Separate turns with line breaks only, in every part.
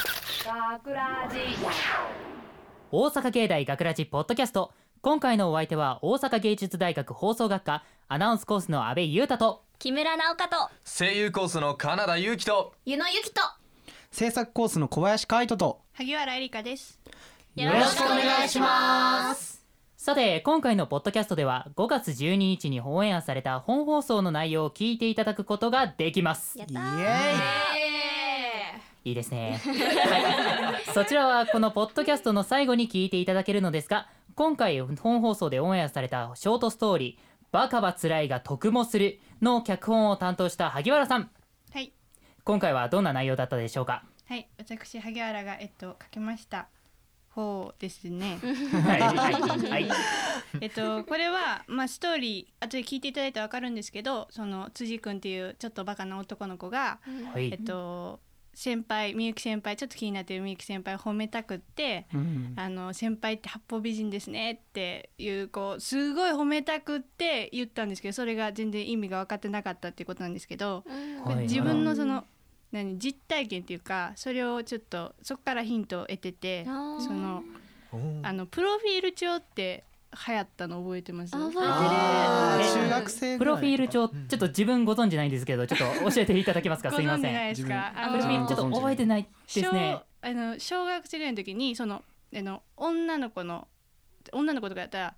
学ラジ
大阪芸大学ラジポッドキャスト今回のお相手は大阪芸術大学放送学科アナウンスコースの阿部裕太と
木村直香と
声優コースの金田裕貴と
湯野由紀と
制作コースの小林海人と
萩原絵梨香です
よろしくお願いします
さて今回のポッドキャストでは5月12日に放映された本放送の内容を聞いていただくことができます
やっ
イ
た
エ
ー
いいですね、はい、そちらはこのポッドキャストの最後に聞いていただけるのですが今回本放送でオンエアされたショートストーリー「バカはつらいが得もする」の脚本を担当した萩原さん
はい
今回はどんな内容だったでしょうか
はい私萩原がえっと書きました方ですね
はいはい
えっとこれはまあストーリー後で聞いていただいてわかるんですけどその辻君っていうちょっとバカな男の子が
は
えっ
い
と先輩みゆき先輩ちょっと気になってるみゆき先輩を褒めたくって、
ーイうん
あの先輩って八方美人ですねっていうこうすごい褒めたくって言ったんですけどそれが全然意味が分かってなかったっていうことなんですけど、
はい
自分のその何実体験っていうかそれをちょっとそこからヒントを得てて
あー
そのあのプロフィール帳って流行ったの覚えてます
あ覚
あ
え
ー
てる
中学生
プ
ぐ
ロ
らい
フィール帳ちょっと自分ご存じないんですけどちょっと教えていただけますか
ご
すいま
存じ
せん
ないですかあ
自
プロフィ
分
ールちょっと覚えてないですね
小あの小学生ぐらいの時にそのあの女の子の女の子とかだったら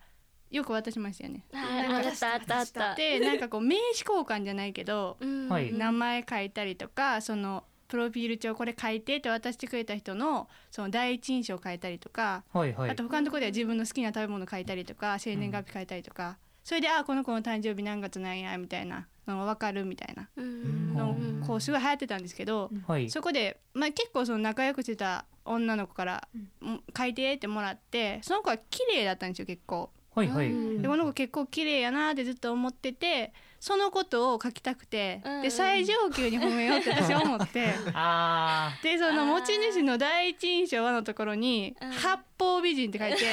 よく渡しましたよね。
ああったあったあった
でなんかこう名刺交換じゃないけど
うん
はい
名前書いたりとかそのプロフィール帳これ書いてって渡してくれた人のその第一印象を書いたりとか、
はいはい
あと他のところでは自分の好きな食べ物書いたりとか生年月日書いたりとか、それであこの子の誕生日何月なんやみたいなのが分かるみたいな
うんう
の
ん
こうすごい流行ってたんですけど、
はい
そこで、まあ、結構その仲良くしてた女の子からも書いてってもらってその子は綺麗だったんですよ結構。
はいはい
うん
でこの子結構綺麗やなってずっと思っててそのことを書きたくて、で最上級に褒めようって私は 思って。
あ
でその
あー
持ち主の第一印象はのところに
うん
「八方美人」って 書いて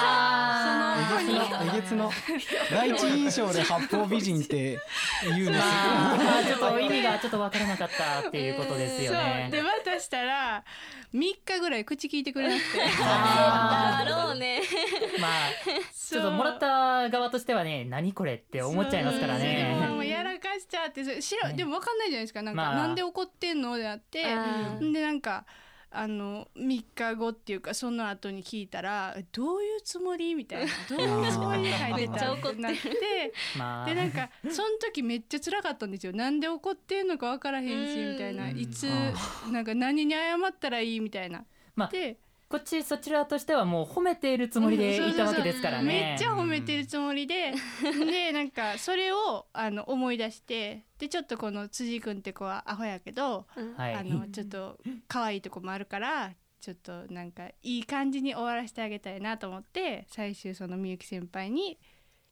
あ
えげつのえげつの第一印象で八方美人って言うんですよ
あーちょっと意味がちょっと分からなかったっていうことです
そ
よね
うで渡したら3日ぐらい口聞いてく れなくて
あ
だろうね
ーまあちょっともらった側としてはね何これって思っちゃいますから
そうそれ
ね
もうやらかしちゃってそれ知ら
ね
でも分かんないじゃないですかなんか、
まあ
なんで怒ってんのであって
あー
でなんかあの3日後っていうかその後に聞いたらえどういうつもりみ たいなどういうつもりで書いてた
めっちゃ怒ってる
なって。
まあ
でなんかその時めっちゃ辛かったんですよなんで怒ってんのか分からへんし
うん
みたいな
うん
いつなんか何に謝ったらいいみたいな
まあ
で
こっちそちらとしてはもう褒めているつもりでいたわけですから
め
ね
っちゃ褒めてるつも りででなんかそれをあの思い出してでちょっとこの辻君って子はアホやけど
は
あ
い
のちょっと可愛いとこもあるから。ちょっとなんかいい感じに終わらせてあげたいなと思って最終そのみゆき先輩に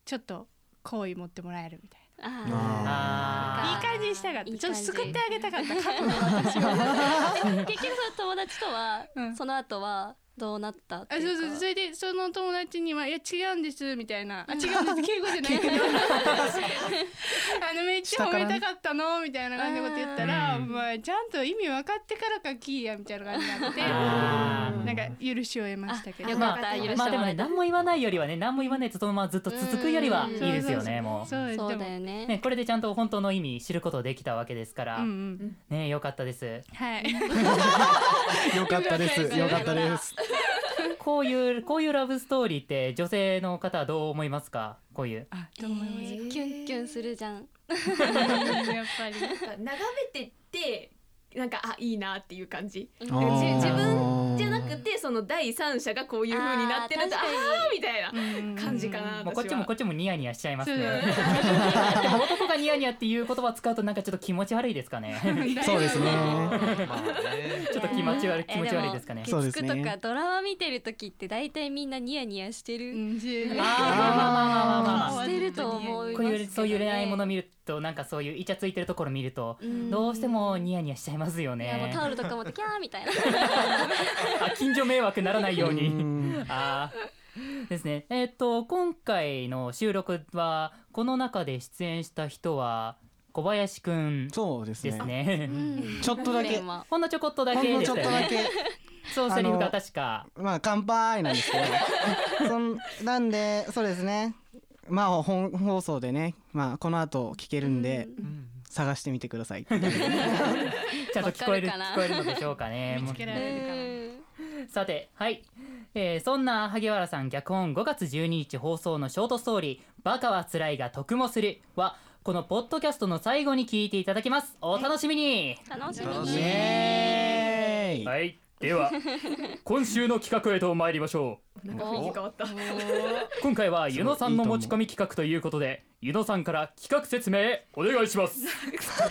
ちょっと好意持ってもらえるみたいな
あ
あー
いい感じにしたかった。
いい
ちょ
感
っ
じ
と救ってあげたかった。過去の私を。
ー結局その友達とは
うん
その後はどうなったって
あ、
い
そうう
か
そう。それでその友達には「いや違うんです」みたいな「あ違うんです敬語じゃないけど」 あのめっちゃ褒めたかったの」みたいな感じのこと言ったら「
う
お
ん
前ちゃんと意味分かってからかきーや」みたいな感じになって
あー
なんか許しを得ましたけど
あよか
ま
っ
あ
た許して
ま
もらえた
あでもね何も言わないよりはね何も言わないとそのままずっと続くよりはいいですよね
うん
も
そうです
そう
で
だ
も
よ
う、
ね
ね、これでちゃんと本当の意味知ることできたわけですから、
うんうん
ねよかったです
はい
よかったですよかったです
こういうこういうラブストーリーって女性の方はどう思いますかこういう
あどう思います
キュンキュンするじゃん
やっぱり
なんか眺めてってなんかあいいなっていう感じ
うん
あ
じ
ー
自分じゃなくてその第三者がこういう風になってると
あー確
あ
かに
あーみたいな感じかな、
もうこっちもこ
っ
っちもニヤニヤしちゃいます
そうだ
ね
ね
でも男がニヤニヤっていう言葉使うとなんかちょっと気持ち悪いですか ね
そうですね
まあね
ちょっと気持ち悪い
えー
気持ち悪いですかね
で
そ
も
う
月
ですね
9とかドラマ見てる時って大体みんなニヤニヤしてる、
うんし
あーまあまあまあまあまあまあ
うん
してると思います
こ
け
う
ど、
い
ね、
うそういう恋愛もの見るとなんかそういうイチャついてるところ見ると
ん
どうしてもニヤニヤしちゃいますよ
いやもう
ね
タオルとか持ってキャーみたいな
あ近所迷惑ならないよう
う
に
ん
あーですねえーっと今回の収録はこの中で出演した人は小林くん
そうです
で
ね
すね
うん
ちょっとだ
本
け
編 は
ほんのちょこっとだ
ほ
け
んの
で
ちょ
し
ったと
よ
だ
ね
け
そうセリフが確か
まあ乾杯なんですけどそんなんでそうですねまあ本放送でねまあこの後聞けるんで、探してみてください
ちゃんと聞こえる
わかるかな
聞こえるのでしょうかね
見つけら
も
れるかも
うさてはい、えーそんな萩原さん脚本5月12日放送のショートストーリー「バカはつらいが得もする」はこのポッドキャストの最後に聞いていただきますお楽しみに、
うん楽しみ
楽
に
しみ
イエーイ、
はいで は今週の企画へと参りましょう
なんか雰囲気変わった。
今回は
すごい湯野さんの持ち込
み企画ということで湯野さんから企画説明お願いします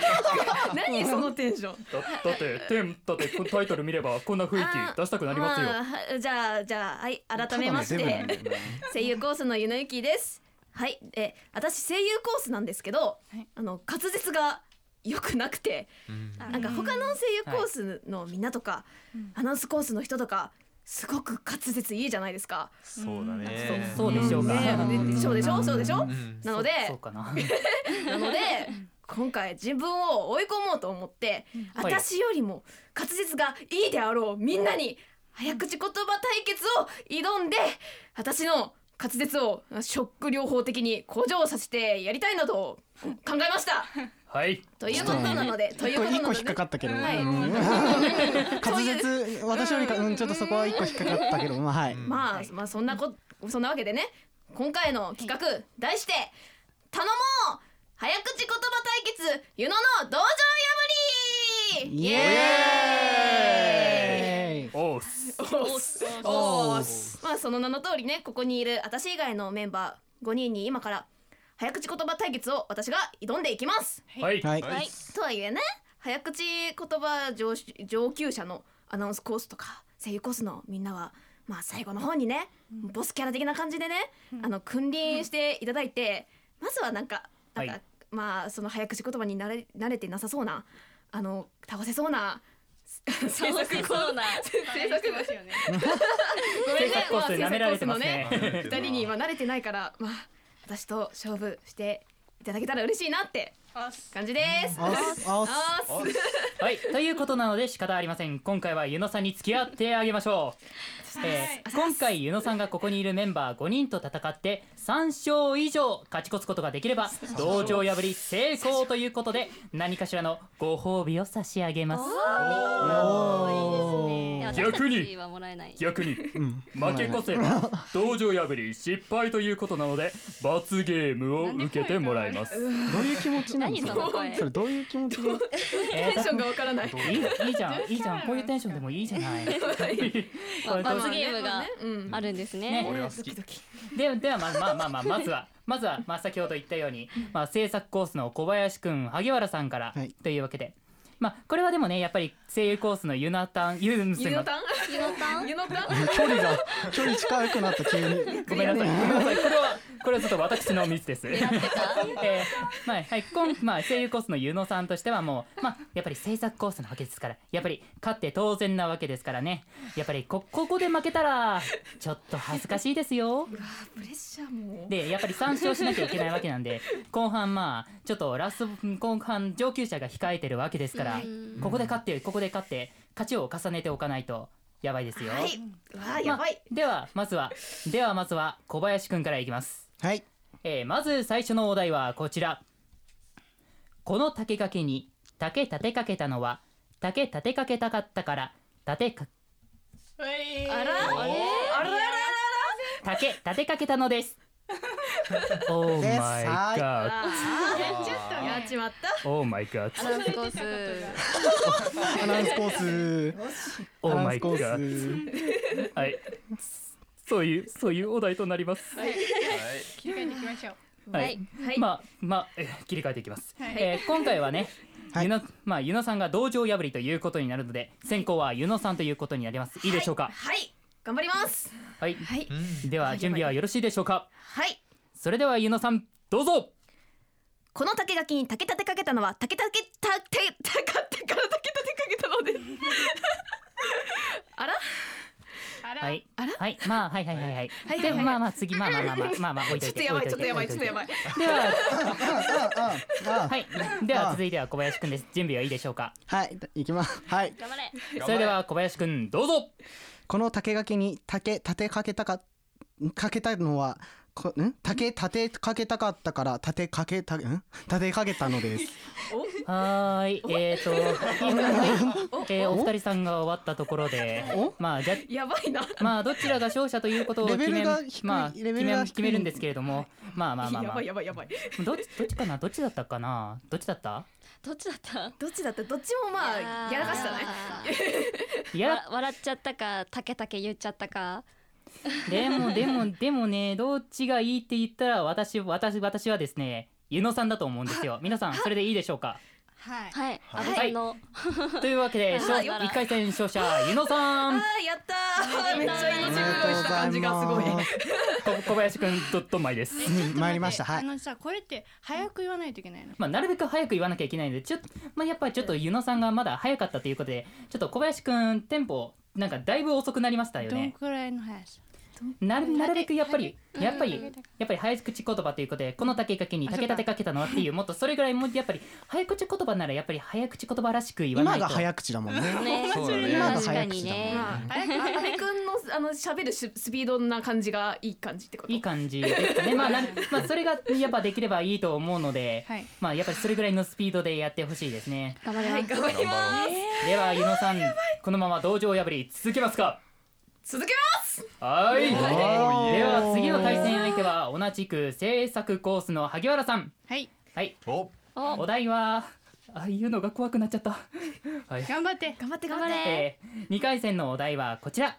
何そのテンション。
だって天だってタイトル見ればこんな雰
囲気
出したくな
あーじゃあじゃあはい改めまし
多分ね
て
全部なんだよ
声優コースのゆのゆきです。はいえ私声優コースなんですけど、あの滑舌が良くなくてなんか他の声優コースのみんなとか、アナウンスコースの人とかすごく滑舌いいじゃないですか。
そうだね。
そうそうでしょうか
ねでしょうでしょそうでしょ
ん
なので
そうかな
なので今回自分を追い込もうと思って、
はい
私よりも滑舌がいいであろうみんなに早口言葉対決を挑んで私の滑舌をショック療法的に向上させてやりたいなと考えました。
はい
ということなので、という
こ
こと
れ
な
一個
の
引っか
で。
かったけど、
はい
うん滑舌私よりか、うん、ちょっとそこは一個引っかかったけどまあはい、
まあ、まあ、そんなこ、そんなわけでね、今回の企画、題して。頼もう早口言葉対決、ゆのの道場破り
イ
イエー
エ
イ
ーイ
おうす
おっすおっすまあその名の通りねここにいる私以外のメンバー5人に今から早口言葉対決を私が挑んでいきます
はい
はい、
はい。
とはいえね早口言葉上手上級者のアナウンスコースとか声優コースのみんなはまあ最後の方にねボスキャラ的な感じでねあの君臨していただいてまずはなんかなん
は
か
い
まあその早口言葉に慣れ慣れてなさそうなあの倒せそうな制
楽
作
しそうな
制作
ますよね
ごめん
制
ね
作コースで舐められてますね
まあ制作コースのね
二人に今慣れてないから、まあ、私と勝負していただけたら嬉しいなって感じです。
あっすあっす
あっす
はいということなので仕方ありません今回はゆのさんに付き合ってあげましょう、えー今回ゆのさんがここにいるメンバー5人と戦って3勝以上勝ち越すことができれば道場破り成功ということで何かしらのご褒美を差し上げます
おー
で私た
逆に
ちはもらえない
逆 に
うん
負け越せば道場破り失敗ということなので罰ゲームを受けてもらいます
どういう気持ちなんです
何その
か
声
それどういう気持ちで
え
テンションがわからない。
ーいいいいじゃんいいじゃんこういうテンションでもいいじゃないこれと
罰ゲームが
うん。
あるんです
ね
ね
俺は好き。
でではまあまあまあまあまずはまずはまあ先ほど言ったようにまあ制作コースの小林くん萩原さんから
はい
というわけでまあこれはでもねやっぱり声優コースのゆなたんゆんす
ゆ
ん
の
が
たん。ゆのたん。ゆのたん。
距離が距離近くなった急に
ごめんなさいごめんなさいこれはこれはちょっと私のミスです。
狙ってた
えーまあはい今まあ声優コースのゆのさんとしてはもうまあやっぱり制作コースなわけですからやっぱり勝って当然なわけですからねやっぱりこここで負けたらちょっと恥ずかしいですよ
プレッシャーも。
でやっぱり3勝しなきゃいけないわけ なんで後半まあちょっとラスト後半上級者が控えてるわけですから
うん
ここで勝ってここで勝って勝ちを重ねておかないとやばいですよ、
はい。うわあ、やばい。
まあではまずはではまずは小林くんからいきます
はい
えーまず最初のお題はこちらこの竹掛けに竹立てかけたのは竹立てかけたかったから立てか
あら。あれ。あらららら。
竹立てかけたのですオーマイガ
ちょっと
や
ね
っちまった。
ーオーマイガ
ア
ー
ナウンスコース
アナウンスコース
オ
ア
ー
ナウ
マ
ン
イ
ス
ガ
コ
ー
ース
はいそういうそういうお題となります
切り替えていきましょう
はい、
はい
はい。
まあまあ、えー切り替えていきます、
はい
えー今回はね、
はい
ゆのまあゆのさんが道場破りということになるので先行はゆのさんということになりますいいでしょうか
はい。頑張ります。
はい、
はい。
では準備はよろしいでしょうか
はい。
それではゆのさんどうぞ
この竹垣に竹立てかけたのは竹立てたてたかってから竹立てかけたのです。あら。
あら、
はい
あら。
はいまあはいはいはいはい
はい
でまあまあ次まあまあまあまあまあまあ置い
ち
と
ょ
い
っと
て
やばいちょ
置
っとやばいち
とい
ょっと
て
やばい
置いといてでは
あ
はいで
あ
は
あ
続いては小林くんです準備はいいでしょうか
はい、いきます。はい、
頑張れ
それでは小林くんどうぞ
この竹垣に竹立てかけたか、かけたのは。こん竹立てかけたかったから立てかけたん立てかけたのです。
はーいえーと 今はいえーお二人さんが終わったところで
お
まあじゃ
やばいな
まあどちらが勝者ということを決
レベ
め
ルが低い
まあ
レ
決
ベルが
め
低い
決めるんですけれどもまあまあまあ
や
ま
ば
あ
いやばいやばい
どっちどっちかなどっちだったかなどっちだった
どっちだった
どっちだったどっちもまあやらかしたね
ね
いや
わ笑っちゃったかタケタケ言っちゃったか
でもでもでもねどっちがいいって言ったら私私私はですね湯野さんだと思うんですよ皆さんそれでいいでしょうか
はい
はい
はい
安倍さんの
というわけ で
はい
1回戦勝者湯野さ
あ
ん
ーやったーめっちゃ
あ
命拾い
り
し
が
た感じがすごい
こ小林くんどどんまいです
えちょっと待って
参りましたはい
あのさこれって早く言わないといけないの
まあなるべく早く言わなきゃいけないのでちょっとまあやっぱりちょっと湯野さんがまだ早かったということでちょっと小林くんテンポなんかだいぶ遅くなりましたよ
どん
ね
くらいの速さ
なるなるべくやっぱり
はい
やっぱ
う
り
ん
やっぱり早口言葉ということでこの竹掛けに
あそ
竹
っか
立てかけたのはっていうもっとそれぐらいもやっぱり早口言葉ならやっぱり早口言葉らしく言わな
今
いと
が早口だもんね。
ね
そうだね
今が
確か
早
に
口だもん
ね
ね。
まあ、あれくんのあの喋るしスピードな感じがいい感じってこと
いい感じですかね。まあ、なんまあ、それがやっぱできればいいと思うので、
はい
まあ、やっぱりそれぐらいのスピードでやってほしいですね。
頑張り
は
ま
い
す
頑張りま
では、湯野さん、このまま道場破り続けますか。
す続けます
はい。で
おー
は、次の対戦相手は同じく制作コースの萩原さん。
はい
はい。
お
お
お
題は。あ、言うのが怖くなっちゃった。はい。
頑張って
頑張って
頑張れ
えー、2回戦のお題はこちら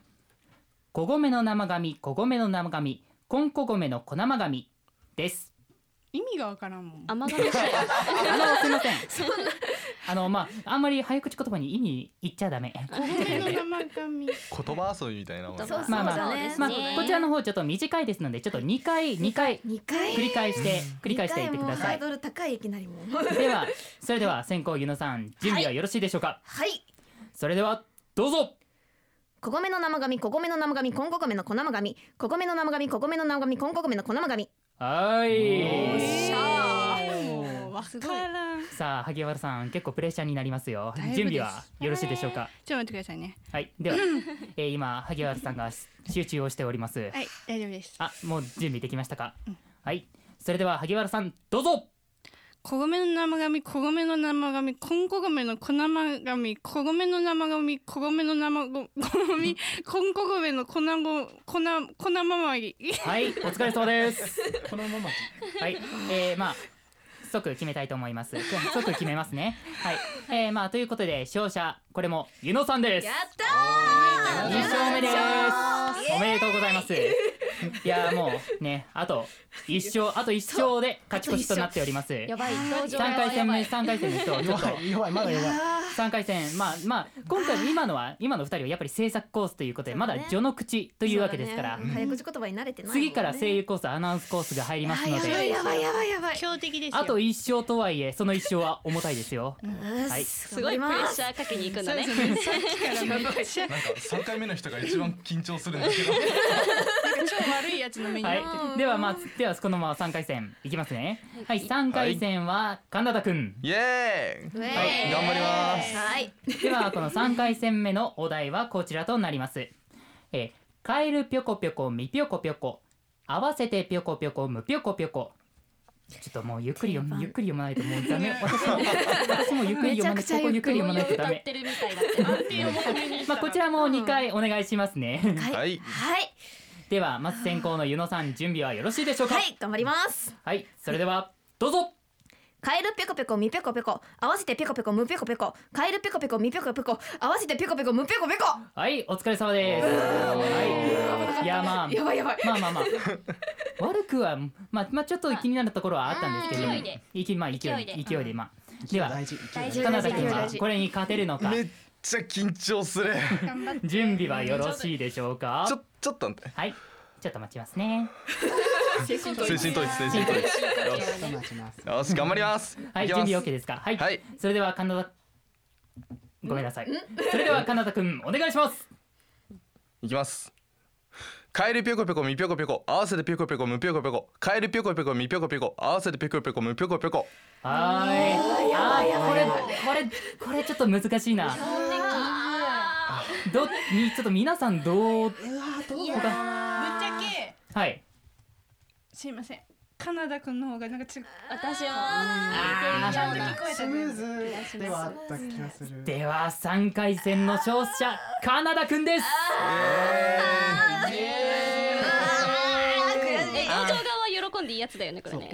「こごめの生紙こごめの生紙こんこごめの粉ま紙」です
意味がわからんもん
甘がみしい
あのすいま せん。あのまああんまり早口言葉に意味言っちゃダメ。
米の生 紙
言葉遊びみたいなもん
そ
だ
うそう
まあまあ
そう
そう
で
ですす
まあ
ね
ね
こちらの方ちょっと短いですのでちょっと2回2回
二回
繰り返して繰り返していって
二
くだ
回もうハ
さ
ー
い。
ドル高いいきなりもう
ではそれでは先行ゆのさん準備はよろしいでしょうか。
はい
それではどうぞ。
こごめの生紙こごめの生紙こんこごめの粉ま紙こごめの生紙こごめの生紙こんこごめの粉ま紙
は
お
ーい。
しゃーもうわ
す
か
ごい
らんちょっ
さあ萩原さん結構プレッシャーになりますよ
だいぶです
準備はよろしいでしょうか
と待ってくださいね
はいでは、えー今萩原さんが集中をしております
はい大丈夫です
あもう準備できましたか、はいそれでは萩原さんどうぞ
小米の生紙小米の生紙こんこ米の粉ま紙小米の生紙小米の生ご紙こんこ米の粉ご粉粉ままぎ
はい、お疲れ様です。このまま。はい、えー、まあ。即決めたいと思います。即決めますね。はい、えー、まあ、ということで、勝者、これもゆのさんです。
った
二勝目です。おめでとうございます。いやー、もう、ね、あと。一勝、あと一勝で、勝ち越しとなっております。
やばい道場
三
やば
回
いや
戦
ば
目、
い
三回戦目 と、ちょっ
弱
と。
い弱いまだ弱い。
3回戦まあまあ今回今のは今の2人はやっぱり制作コースということでまだ序の口というわけですから、
そうだね早口言葉に慣れてないもんね
次から声優コースアナウンスコースが入りますの
やばい
で
やばいやばいやばい
強敵ですよ
あと一勝とはいえその一勝は重たいですよは
はいす
すごいプレッシャーかけに行くんだね
そうですねさっきからめっちゃ
なんか三回目の人が一番緊張するんだけど
なんか超悪いやつの目に
は
入
い
ってる、
ではまあではこのまま三回戦いきますねはい三回戦は神田田くん
イエーイ
はい
頑張ります
はい
ではこの三回戦目のお題はこちらとなりますえーカエルぴょこぴょこみぴょこぴょこ合わせてぴょこぴょこむぴょこぴょこちょっともうゆっくり読むゆっくり読まないともうダメ私も私もゆっくり読まな
めちゃく
い
ちゃ
ここゆっくり読まないとダ
歌っ
メ
てるみたいだって
まあこちらも二回お願いしますね
はい
はい
はい
ではまず先行のゆのさん準備はよろしいでしょうか
は
はい、
い頑張ります
それではどうぞ
カエルペコペコミペコペコ合わせてペコペコムペコペコカエルペコペコミペコペコ合わせてペコペコムペコペコ
はいお疲れ様ですはいいやまあ
やばいやばい
まあまあまあ悪くはまあまあちょっと気になるところはあったんですけど
うん勢いで
いきまあ勢い
勢いで
勢いでまあでは
大事。
大事
カナダ君
勢い
は
大事
これに勝てるのか
めっちゃ緊張する
頑張って
準備はよろしいでしょうか
ちょちょっと待っ
はいちょっと待ちますね
て精神統一精神統一よし
お願いします。
よし頑張ります
はい
き
準
ます
備 OK ですかはい、
はい
それではカナダごめんなさいそれではカナダ君お願いします
いきます
カエルぴょこぴょこみぴょこぴょこ合わせてぴょこぴょこむぴょこぴょこカエルぴょこぴょこみぴょこぴょこ合わせてぴょこぴょこむぴょこぴょこ
はーいあーこれこれこれちょっと難しいなどにちょっと皆さんどう
いやぶっちゃけ
はい
すいませんカナダ君の方がなんかちょっ
私は
ちゃんと聞こえ
ス
た
ム
ね
ーズではあった気がする
では3回戦の勝者カナダくんです
悔しい
え、友情側は喜んでいいやつだよね、これね。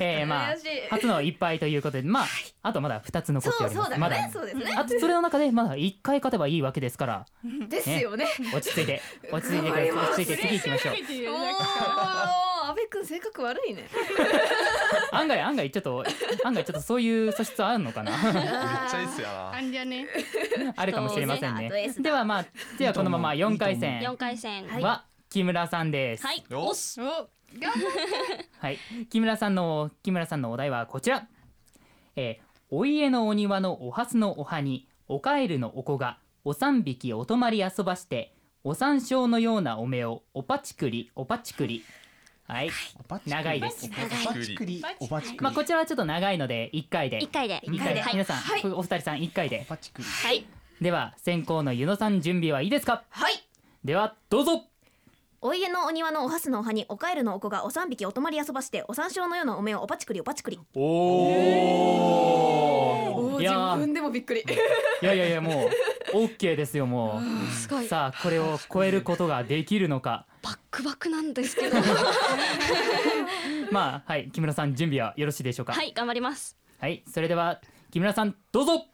えー、 まあ
悔しい
初の一敗ということでまああとまだ2つ残って
そ
お
う
り
そ
ま
う
す
だ
ま
ね
だ
そうですね
あとそれの中でまだ1回勝てばいいわけですから
ですよね
落ち着いて落ち着いてください落ち着いて次行きましょう
ってい
お
う
お
なんか
阿部君性格悪いね
案外案外ちょっと案外ちょっとそういう素質あるのかな
めっちゃいいっすよな
あんじゃね
あるかもしれません
そうねあとエ
ね
ースだ
ではまあではこのまま4回戦
四回戦。はい。
は木村さんです
はい。
よ
おし。
お頑張っ
はい、木村さんの木村さんのお題はこちら、えーお家のお庭のお蓮のお葉におカエルのお子がお三匹お泊まり遊ばしてお山椒のようなお目をおぱちくりおぱちくりはい、長いです
おばちくりおばちくり
まあ、こちらはちょっと長いので1回で
一回で。
二回で
はい
皆さん、
はい
お二人さん1回で
おばちくり
はい。
では先行のゆのさん準備はいいですか
はい
ではどうぞ
お家のお庭のおはすのおはにおカエルのお子がお三匹お泊まり遊ばしてお山椒のようなお目をおパチクリおパチクリ
お
お
いやー
でもびっくり
いやいやいやもう OK ですよもう。
すごい。
さあこれを超えることができるのか
バックバックなんですけど。
まあはい木村さん準備はよろしいでしょうか
はい、頑張ります。
はいそれでは木村さんどうぞ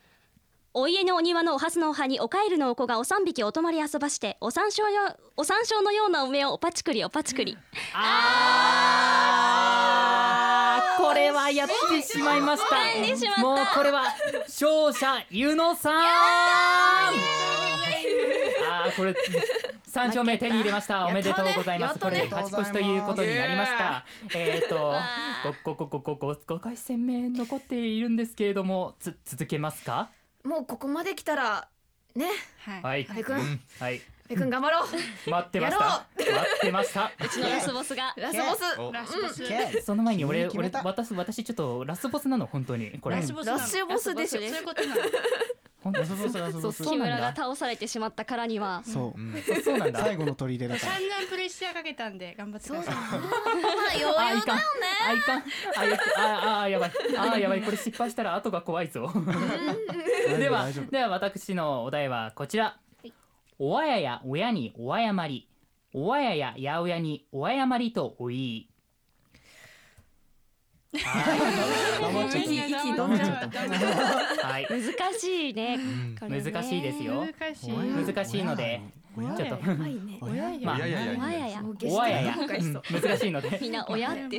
お家のお庭のおはすのおはにおカエルのお子がお三匹お泊まり遊ばしてお山椒よお山椒のようなお目をおパチクリおパチクリ
あーこれはやってしまいました
やってしまった
もうこれは勝者ゆのさんあーこれ三勝目手に入れましたおめでとうございます、
やった
こ
ね
れで勝ち越しということになりましたえっ、ー、と
わ
ごごごごごご回戦目残っているんですけれどもつ続けますか
もうここまで来たらね
はい
はい
阿部君阿
はい
部君頑張ろう
待ってました
や
待ってました
うちのラスボスが
ラスボス
お
ラスボス
その前に
急
俺
に決め
俺
た
私私ちょっとラスボスなの本当にこれ
ラスボスなの
ラスボスでしょ
ラそういうことなの
本当
ラスボスラスボス
そうそ
木
う
村
な
が
んだ
倒されてしまったからには
そう
うん
そうそうなんだ
最後の砦だから
散々プレッシャーかけたんで頑張ってください
まあ余裕
あい
だ
かんあいかんあやああやばいあやばいこれ失敗したら後が怖いぞでは
大丈夫
では私のお題はこちらおあやや親におあやまりおあやややおやにおあやまりとお言い
黙っちゃっ
息息
た
止
黙
め
っち
ち
ゃ
ゃ
った
はい
難しいねこれね
難しいですよ
難しい
難しいので
おや
ちょっと
やばいね
おや
まあ
いやいやいやいいん
お
だ
や
よ
や
もう
おあやや
後悔しそう
うん難しいので
みんな親って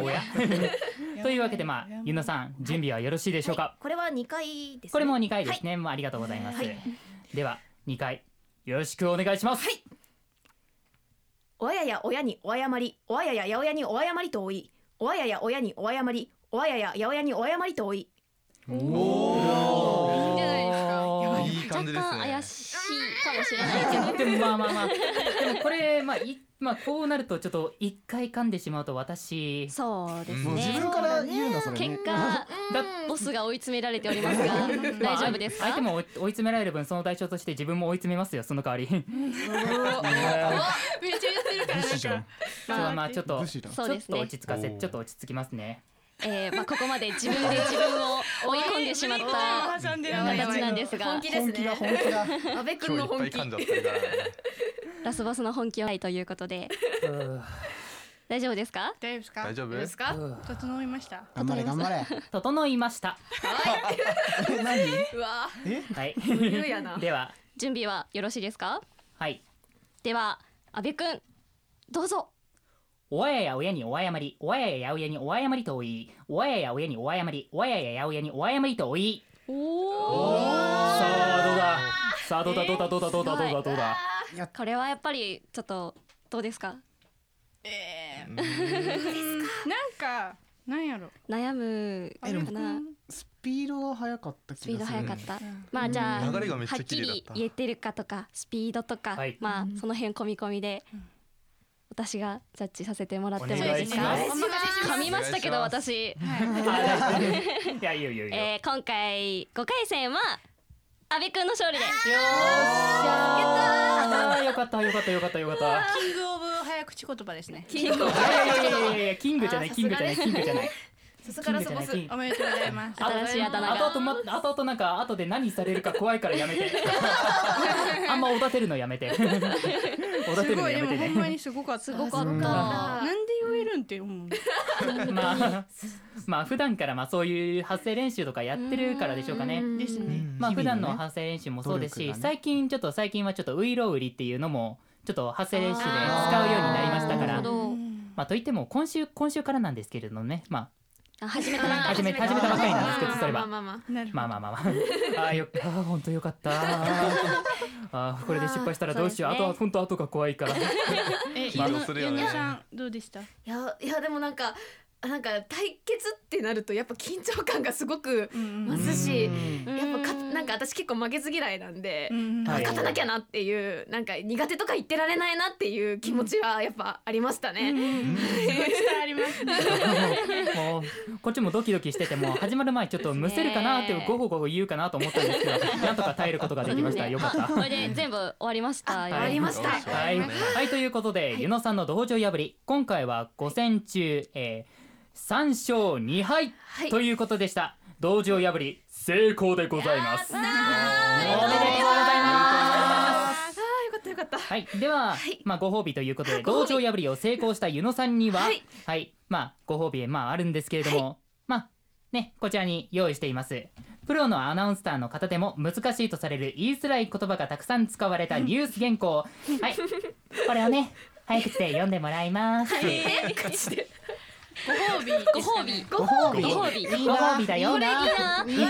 おや というわけでまあゆのさん準備はよろしいでしょうか、
これは二回ですね
これも2回ですね、まあありがとうございます、
はい
では2回よろしくお願いします、
おあやや親にお誤りおあやややおやにお誤りとおいおあやや親にお誤りおあやややおやにお誤りとおい
いいんじゃないですか
いい感
若
じです
干怪
ね
しいかもしれないけど
でもまあまあまあでもこれまあいまあこうなるとちょっと1回噛んでしまうと私
そうです
もう自
ね
分から言うなそれね
結果
だ
ボスが追い詰められておりますが大丈夫です
まあ相
か
手も追い追い詰められる分その代償として自分も追い詰めますよその代わり
めっちゃ言ってるから
武士じゃ
なん
ん
か
まあまあちょっと
武
ち
士だ
そう
ょ
で
っ
す
と
ね
落ち着かせちょっと落ち着きますね
えーまあここまで自分で自分を追い込んでしまった
挟んでる
形なんですが
本気です
本気だ
ね
本気だ
阿部君
今日
の
い
本
っ
気
ぱい噛んじゃったからね
ラスボスの本気をないということで
うー
大丈夫ですか
大丈夫ですか
大丈夫
どうですか
うー
整いました
頑張れ頑張れ
整いました
え何
うわ
え
はい
冬やな
では
準備はよろしいですか
はい
では阿部くんどうぞ
おあやや親におあやまり、おあやややおやにおあやまりとおい、おあやや親におあやまり、おあやややおやにおあやまりとおい。さあどうだ。さあどうだどうだどうだどうだどうだどうだ。
これはやっぱりちょっとどうですか
えー、なんかなんやろ
悩む
えでも
かな
スピードが速かった
ス
気
ピード
がす
速
る
かった、まあじゃあ
流れが
は
めっちゃ
っき
綺麗だっ
り
た
言えてるかとかスピードとか、
はい
まあその辺込み込みで私がジャッジさせてもらってもいい
お願
で
い
す
し
か
ます
お任せしま
噛
す
みましたけど
お願いします
私、
いやいいよいいよいいよ
えー、今回5回戦は阿部君の勝利で
よっしゃーよかったよかったよかったよかった
キングオブ早口言葉ですね
キング
い
オブ
やいやいやいやキングじゃないキングじゃないキングじゃない
さすがラスボ
キングじゃないキング
おめ
ス
でとうございます
あ
新しいあだ名
後
が
々ま後々なんか後で何されるか怖いからや めてあんまおだてるのやめておだて
す
るの
ごい
や
で
め
も
て
ほん
ね
まにすごかったすご
かった
なんで言えるんって思う
まあまあ普段からまあそういう発声練習とかやってるからでしょうかね
うん
です
う
ね
ん
まあ
日
普
々
段の
ね
発声練習もそうですし、
努力がね
最近ちょっと最近はちょっとウイロウリっていうのもちょっと発声練習で使うようになりましたか
な
ら
るほど
まあといっても今週今週からなんですけれどもねま
あ始めた
あ
な
始め始めたばかりなんですけどそれは
まあまあまあ
なるほど
まあまあまあま ああーよあー本当よかったあーこれで失敗したらどうしよう
あ
あ
ーそう
とは
ですね
本当後が怖い から
え
緊張するよね
矢野さんどうでした
いやいやでもなんかあなんか対決ってなるとやっぱ緊張感がすごく
うん
増すし
うん
やっぱかなんか私結構負けず嫌いなんで
うん
はい
勝たなきゃなっていうなんか苦手とか言ってられないなっていう気持ちはやっぱありましたね。
すごい伝わりますね
もうこっちもドキドキしててもう始まる前ちょっとむせるかなって
ね
ゴホゴホ言うかなと思ったんです けどなんとか耐えることができましたよかった
これで全部終わりました
終わりました
よし
はい、はい、ということで、ゆのさんの道場破り、今回は5戦中、えー、3勝2敗
はい
ということでした。道場破り、成功でございます。おめでとうございます。
あーよかったよかった。
はい、では、まあ、ご褒美ということで、道場破りを成功したゆのさんには、は
はいい、
まあ、ご褒美、まあ、あるんですけれども、まあ、ね、こちらに用意しています。プロのアナウンサーの方でも難しいとされる言いづらい言葉がたくさん使われたニュース原稿。はい、これをね、早口で読んでもらいます。
えー口で
ご褒美ご褒美
ご褒美
ご褒美
いいご褒美だよな。いっぱい、いっ
いい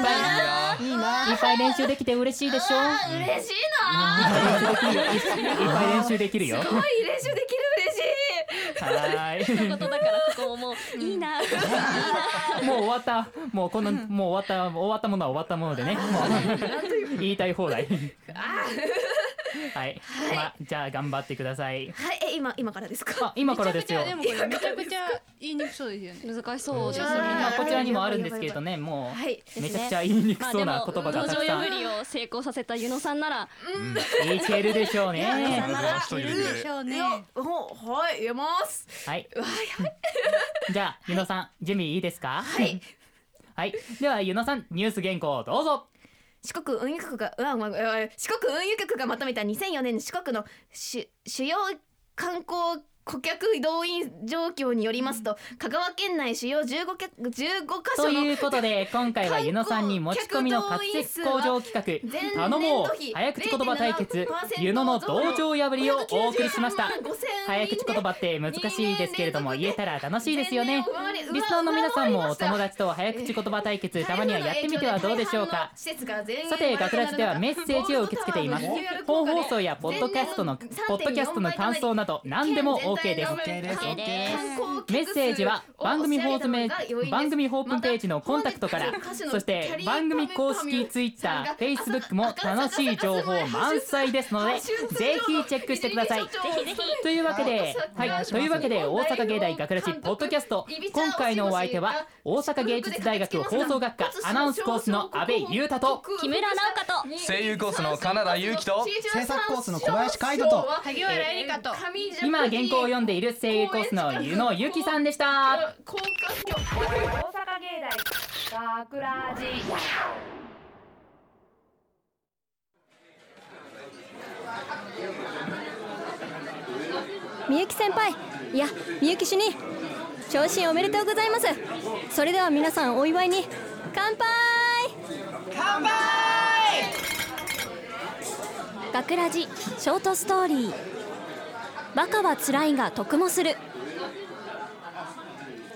な
ぱい練習できて嬉しいでしょ。
嬉しいなー。
いっぱい練習できるよ。
すごい練習できる嬉しい。
はーい。
一言だからここももういいな
もう終わった、もうこの、もう終わった、終わったものは終わったものでね、もう言いたい放題。はい、まあ、じゃあ頑張ってください。
はいえ今今からですか。
あ、今からですよ。
めちゃくちゃでもこれめちゃくちゃ言いにくそうですよね
難しそうですね
まあ、こちらにもあるんですけれどね、も
はい。
うめちゃくちゃ言いにくそうな言葉がたくさ
まあでも道場破りを成功させたゆのさんなら
ん。いけるでしょうね。
一人で
いるでしょう
い
ね
やほはい言えます。
はい。じゃあ、ゆのさん、準備いいですか。
はい。
はい、では、ゆのさん、ニュース原稿をどうぞ。
四国運輸局がうわうわうわ四国運輸局がまとめた2004年の四国の主主要観光顧客動員状況によりますと、香川県内主要15け15箇
と
所の
いうことで今回はゆのさんに持ち込みの滑舌向上企画
前
頼
年
もう
度比
早口言葉対決
0.7%
ゆのの道場破りをお送りしました
593万5000
早口言葉って難しいですけれども
人間連続で
言えたら楽しいですよね
前年を上回り
リスナーの皆さん
上回り
も
ま
お
した
友達と早口言葉対決たまにはやってみてはどうでしょうかさ
さ
て、ガクラジではメッセージを受け付けています。 本放送やポッドキャストの、ポッドキャストの感想など、何でも OK です。
OK です
メッセージは番組ホームページ番組ホームページのコンタクトからそして番組公式ツイッター、フェイスブックも楽しい情報満載ですのでぜひチェックしてください。というわけで、はい、というわけで大阪芸大学ラジポッドキャスト今回のお相手は大阪芸術大学放送学科アナウンスコースの阿部裕太と
木村直香と
声優コースの金田裕貴と
制作コースの小林海斗と
萩原絵梨香と
今原稿を読んでいる声優コースの湯野由紀さんでした。
みゆき先輩いやみゆき主任昇進おめでとうございますそれでは皆さんお祝いに乾杯
学ラジショートストーリーバカは辛いが得もする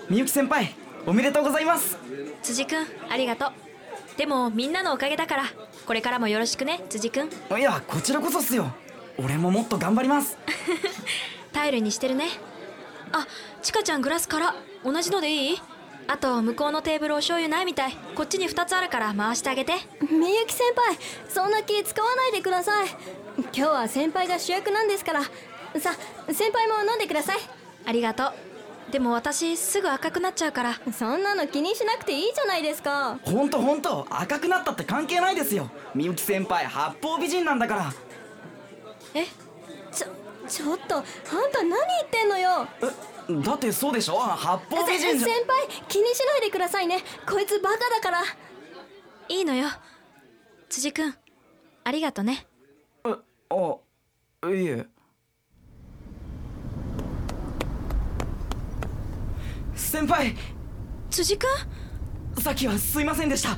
みゆき先輩おめでとうございます
辻くんありがとうでもみんなのおかげだからこれからもよろしくね辻くん
いやこちらこそっすよ俺ももっと頑張ります
頼りにしてるねあちかちゃんグラスから同じのでいい
あと向こうのテーブルお醤油ないみたいこっちに2つあるから回してあげて
みゆき先輩そんな気使わないでください今日は先輩が主役なんですからさ先輩も飲んでください
ありがとうでも私すぐ赤くなっちゃうから
そんなの気にしなくていいじゃないですか
ほんとほんと赤くなったって関係ないですよみゆき先輩八方美人なんだから
え
ちょちょっとあんた何言ってんのよ
えだってそうでしょ八方美人
せ
じゃ
先輩気にしないでくださいねこいつバカだから
いいのよ辻君ありがとね
えあいえ先輩
辻君
さっきはすいませんでした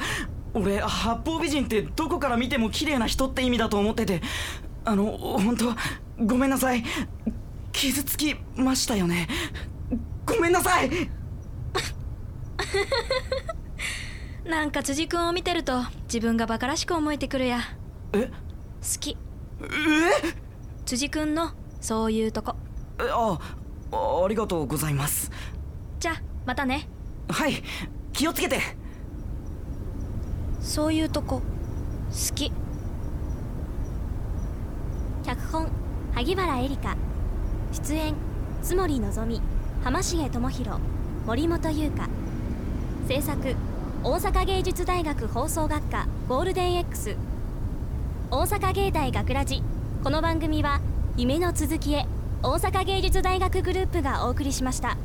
俺八方美人ってどこから見ても綺麗な人って意味だと思っててあの本当ごめんなさい傷つきましたよねごめんなさい
なんか辻君を見てると自分がバカらしく思えてくるや
え
好き
え
辻君のそういうとこ
あありがとうございます
じゃあまたね
はい気をつけて
そういうとこ好き
脚本萩原絵梨香出演津森のぞみ浜重智弘森本優香制作大阪芸術大学放送学科ゴールデン X 大阪芸大学ラジこの番組は夢の続きへ大阪芸術大学グループがお送りしました。